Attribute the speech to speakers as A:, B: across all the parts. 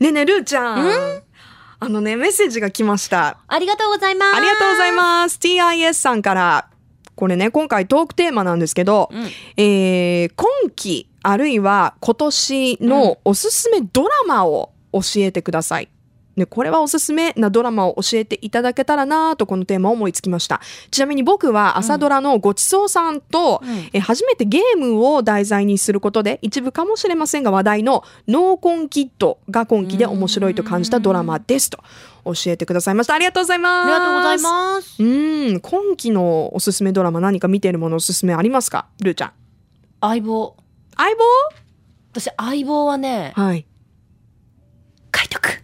A: ねえねえるーちゃん。
B: うん
A: あのね、メッセージが来ました。
B: ありがとうございます。
A: ありがとうございます。TIS さんから。これね、今回トークテーマなんですけど、
B: うん
A: えー今期あるいは今年のおすすめドラマを教えてください。ね、これはおすすめなドラマを教えていただけたらなぁとこのテーマを思いつきました。ちなみに僕は朝ドラのごちそうさんと、
B: うん
A: えー初めてゲームを題材にすることで一部かもしれませんが話題のノーコンキッドが今期で面白いと感じたドラマですと教えてくださいました。ありがとうございます。
B: ありがとうございます。
A: うん、今期のおすすめドラマ何か見てるものおすすめありますかルーちゃん。
B: 相棒。
A: 相棒
B: 私、相棒はね、
A: はい。
B: 書いとく。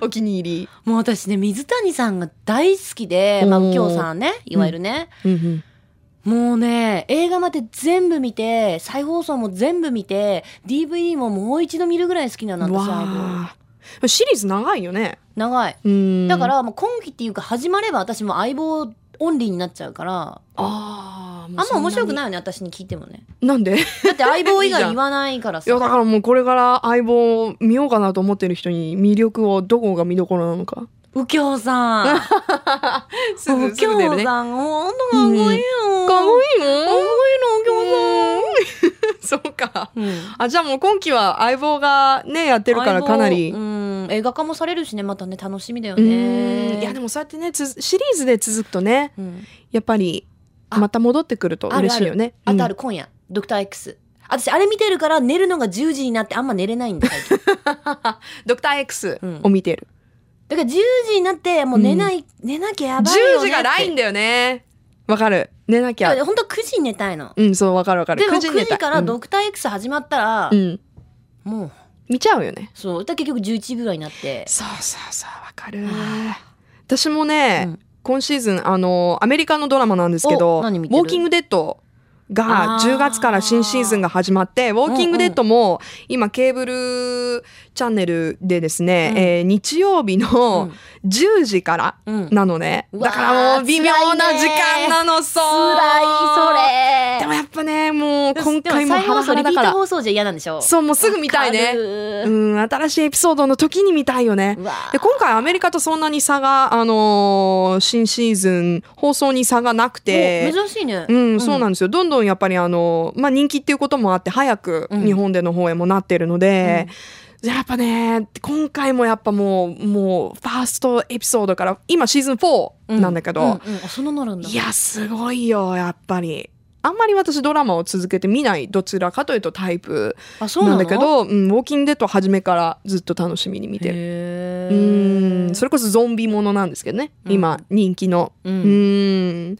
A: お気に入り。
B: もう私ね、水谷さんが大好きで、まあ、
A: おー
B: 右京さんね、いわゆるね。
A: うん
B: もうね、映画まで全部見て、再放送も全部見て、DVD ももう一度見るぐらい好きな
A: う
B: の、
A: ん。
B: 私、相棒。
A: わあ。シリーズ長いよね。
B: 長い。
A: うん。
B: だか。ら、もう今期っていうか、始まれば私も相棒オンリーになっちゃうから、
A: ああ。
B: あんま面白くない
A: い。
B: よね、私に聞いてもね。
A: なんで い
B: だって相棒以
A: いいじゃ
B: 外
A: ん
B: 言わないからさ。
A: やだからもうこれから相棒を見ようかなと思ってる人に魅力をどこが見どころなのか。
B: 右京さん。
A: すぐ
B: 右京
A: 出るね。
B: さん、ほんとかっこいいよ。
A: か
B: い
A: わいいの
B: かっこいいの、右京さん。
A: そうか。
B: うん
A: あ、じゃあもう今期は相棒がね、やってるからかなり。
B: 相棒うん映画化もされるしねまたね楽しみだよ
A: う
B: ね
A: んいやでもそうやってねつシリーズで続くとね
B: うん
A: やっぱり
B: あ
A: また戻ってくると嬉しいよね
B: あとある
A: る
B: 今夜「ドクター x 私あれ見てるから寝るのが10時になってあんま寝れないんだ最 近
A: ドクター X
B: うん
A: を見てる、
B: だから10時になってもう寝ない、寝なきゃやばいよね
A: 10時がライン
B: で
A: だよねわかる寝なきゃ
B: 本当は9時に寝たいの
A: うんそうわかるわかる
B: でも
A: 9
B: 9
A: 時に寝
B: 時
A: た
B: から「
A: うん
B: ドクター x 始まったら、
A: うん
B: もう
A: 見ちゃうよね
B: そうだから結局11時ぐらいになって
A: そうそうそうわかる
B: あ
A: 私もね、
B: うん
A: 今シーズンあのアメリカのドラマなんですけど「
B: お
A: ウ
B: 何
A: ォ
B: 見てる
A: ーキングデッド」が
B: あー
A: 10月から新シーズンが始まって「ウォーキングデッド」も今ケーブルチャンネルでですね、
B: うん
A: えー日曜日の10時から
B: うん、うん、
A: なのね、
B: うん
A: だからもう微妙な時間なのそう
B: 辛いそれ
A: でもやっぱねもう今回も
B: で
A: ハラ
B: 再放送
A: ハ
B: リ
A: ラ
B: ピ
A: だ
B: ー
A: から
B: ト放送じゃ嫌なんでしょ
A: そうもうすぐ見たい
B: わか
A: ね
B: る
A: うん新しいエピソードの時に見たいよね
B: うわー
A: で今回アメリカとそんなに差が、あのー新シーズン放送に差がなくて
B: お。珍しいね。
A: うん、そうなんですよ。どんどんやっぱりあのー、まあ、人気っていうこともあって、早く
B: うん
A: 日本での方へもなってるので、やっぱね、今回もやっぱもう、もう、ファーストエピソードから、今シーズン
B: う
A: 4なんだけど、
B: うんうんあそんなのあるんだ。
A: いや、すごいよ、やっぱり。あんまり私ドラマを続けて見ない、どちらかというとタイプ
B: あ、そう
A: な
B: な
A: ん
B: の
A: だけ。ど、うん、ウォーキングデッドは初めからずっと楽しみに見てる。
B: へ
A: う
B: ー
A: ーんそれこそゾンビものなんですけどね、
B: うん
A: 今人気の
B: う。
A: うんーん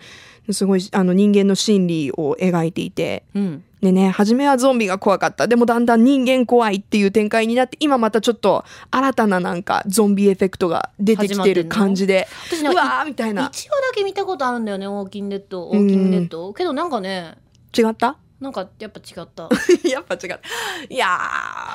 A: すごいあの人間の心理を描いていて
B: うん。
A: でね初めはゾンビが怖かったでもだんだん人間怖いっていう展開になって今またちょっと新たななんかゾンビエフェクトが出てきてる感じで
B: 私ね、
A: う
B: 一
A: わーみたいな
B: 話だけ見たことあるんだよね、ウォーキングデッド、ウォーキングデッド。けどなんかね、
A: 違った
B: なんかやっぱ 違った。
A: やっぱ違ったいや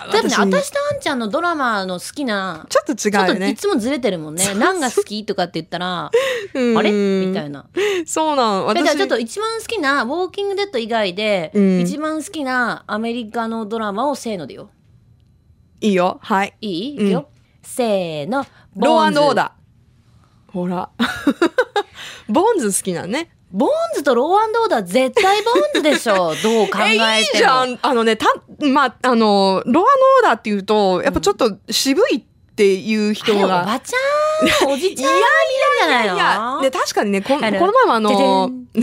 A: ー
B: 多分ね、
A: 私
B: 私とあんちゃんのドラマの好きな、
A: ちょっと違
B: ちょっ
A: う
B: と
A: よ
B: い
A: ね
B: つもずれてるもんね。何が好きとかって言ったら、あれみた
A: な
B: いな。
A: そうなの
B: だ
A: 私
B: からちょっと一番好きな、ウォーキングデッド以外で、
A: うん
B: 一番好きなアメリカのドラマをせーのでよ。
A: いいよはい
B: いいい
A: うん
B: くよ。せーの。
A: ローアンドオー
B: ダー。
A: ダー。ほら。 ボンズ好きなのね。
B: ボーンズとローアンドオーダー絶対ボーンズで しょ。どう考えても。
A: いいじゃん。あのね、た、まあ、あの、ローアンドオーダーっていうと、やっぱちょっと渋いっていう人
B: あれお
A: が。
B: ばちゃん、おじちゃんが見るんじゃないの
A: いや、ね、確かにね、こんこ
B: あ
A: の
B: の
A: 前もあの、
B: て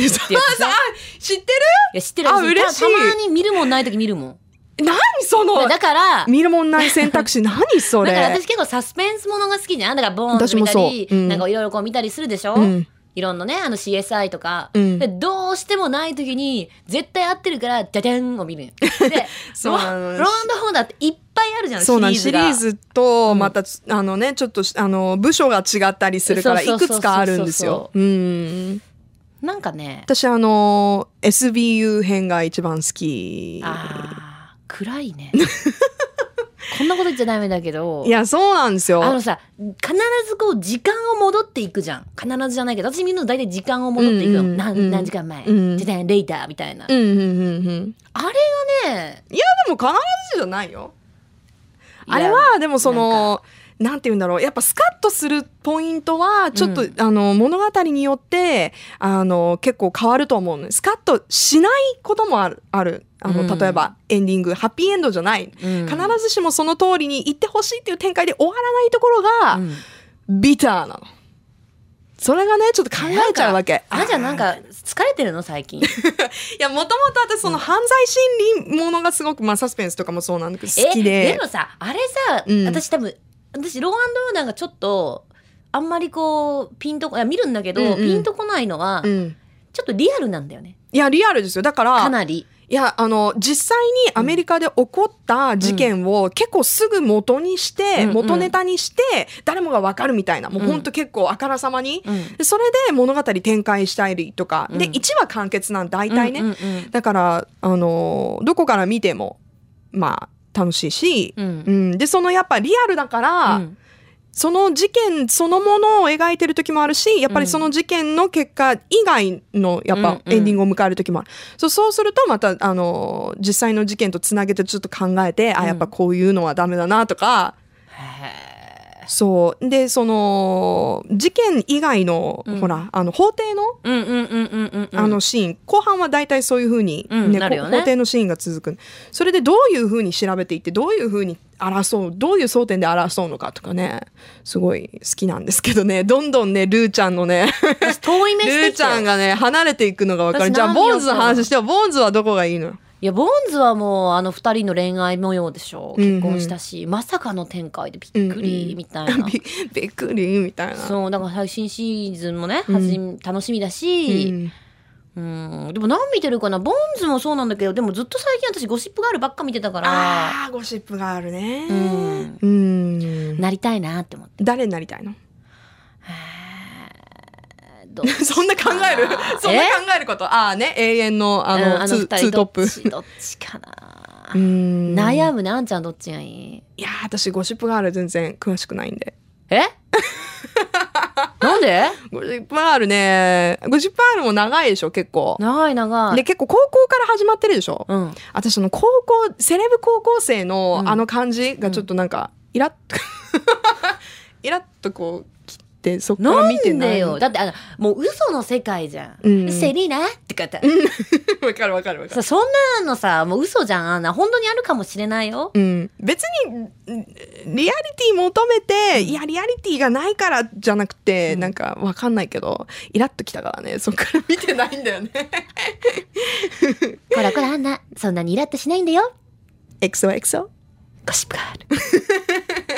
B: てん
A: そうそうあ知って
B: いや知ってる。
A: あ
B: 私
A: 嬉しい
B: たたまに見るもんない時見るもん。
A: る何その、
B: だから、
A: 見るもんない選 択肢、何そ
B: だから
A: れ
B: 私。結構サスペンスものが好きじゃん。だからボーンズ見た
A: 私も
B: り、
A: そううん
B: なんかいろいろこう見たりするでしょ。
A: うん
B: いろんなね、あの CSI とか、
A: うん
B: でどうしてもない時に、絶対合ってるから、じゃじゃんを 見るのよ。で、
A: そ
B: ロ
A: う
B: ー
A: な
B: ロ
A: の
B: ーンドホーダーっていっぱいあるじゃん、
A: そうなんシ
B: シ
A: リ
B: リー
A: ー
B: ズが。
A: ズとまた、あのねちょっとあの部署が違ったりするからい
B: そうそう
A: く
B: そうそう
A: つかあるんですよ。うん
B: なんかね、
A: 私あの SBU 編が一番好き
B: あー暗いね こんなこと言っちゃダメだけど
A: いやそうなんですよ
B: あのさ必ずこう時間を戻っていくじゃん必ずじゃないけど私見るの大体時間を戻っていくの、
A: うんうん
B: なん
A: うん
B: 何時間前、
A: うん
B: 時代レイターみたいな、
A: うんうんうんうんいや
B: あれがね
A: でも必ずじゃないよあれはでもそのなんて言うんだろうやっぱスカッとするポイントはちょっと、
B: うん
A: あの物語によってあの結構変わると思うのでスカッとしないこともあるあるあの、
B: うん
A: 例えばエンディングハッピーエンドじゃない
B: 必
A: 必ずしもその通りに行ってほしいっていう展開で終わらないところが、ビターなのそれがねちょっと考えちゃうわけ
B: あじゃあなん
A: ー
B: か疲れてるの最 近
A: いやもともと私その犯罪心理ものがすごくまあサスペンスとかもそうなんだけど好き
B: え
A: で
B: でもさあれさ、
A: うん
B: 私多分私ローアンドローなんかちょっとあんまりこうピンとこいや見るんだけど、
A: うんうん
B: ピンとこないのは、
A: うん
B: ちょっとリアルなんだよね
A: いやリアルですよだから
B: かなり
A: いやあの実際にアメリカで起こった事件を結構すぐ元にして、
B: うんうん
A: 元ネタにして誰もが分かるみたいなもうほんと結構あからさまに、でそれで物語展開したりとか、で
B: うん
A: 1話完結なん大体ね、
B: うんうん
A: だからあのどこから見てもまあ楽しいし、
B: うんうん
A: うん、でそのやっぱリアルだから、
B: うん
A: その事件そのものを描いてる時もあるしやっぱりその事件の結果以外のやっ
B: うん
A: ぱ
B: うん
A: エンディングを迎える時もある、そうそうするとまたあの実際の事件とつなげてちょっと考えて、
B: う
A: あ
B: ん
A: やっぱこういうのはダメだなとか
B: へ
A: そうでその事件以外の、
B: うん
A: ほらあの法廷の
B: ーうんうんうんうんうんうん
A: あのシーン、後半は大体そういうふうに、
B: うんなるよね
A: こ法廷のシーンが続くそれでどういうふうに調べていってどういうふうに争うどういう争点で争うのかとかねすごい好きなんですけどねどんどんねルーちゃんの ね
B: 私遠い目
A: ル
B: して
A: ー
B: き
A: ちゃ
B: た
A: ん
B: よ
A: が ね離れていくのが分かる
B: 私
A: じゃあ
B: 何
A: ボ
B: よ
A: ーンズの話してよボーンズはどこがいいの
B: いやボーンズはもうあの二人の恋愛模様でしょ
A: うんうん
B: 結婚したし、まさかの展開でびっく
A: うんう
B: り
A: ん
B: みたいな、
A: びびっくりみたいな。
B: そうだから最新シーズンもね、
A: うん
B: はじめ楽しみだ
A: う
B: し、
A: ん
B: うんでも何見てるかなボーンズもそうなんだけどでもずっと最近私ゴシップガールばっか見てたから
A: あーゴシップがあるね。
B: うん
A: うん
B: なりたいなって思って
A: 誰になりたいの
B: どう
A: そんな考えるそんな考えることああね永遠のあ
B: うん
A: の,、ツー
B: 二人
A: ツートップ
B: どっちどっちかな、
A: 悩
B: 悩むねあんちゃんどっちがいい
A: いやー私ゴシップガール全然詳しくないんで
B: えなんで
A: ゴシップガールねゴシップガールも長いでしょ結構
B: 長い長い
A: で結構高校から始まってるでしょ
B: うん、
A: 私その高校セレブ高校生の
B: うん
A: あの感じがちょっとなんか、イ ラッとイラッとこう切ってそこか
B: な
A: ら
B: ん
A: 見てない
B: でよだってあのもう嘘の世界じゃん、
A: うん
B: セリーナってかって、
A: わかるわかるわかる
B: さそんなのさもう嘘じゃんあんな本当にあるかもしれないよ
A: うん、別にうんリアリティ求めて、いやリアリティがないからじゃなくて、
B: うん
A: なんかわかんないけどイラッときたからねそこから見てないんだよ ね
B: こらこらあんなそんなにイラッとしないんだよ
A: XOXO?
B: ゴシップガール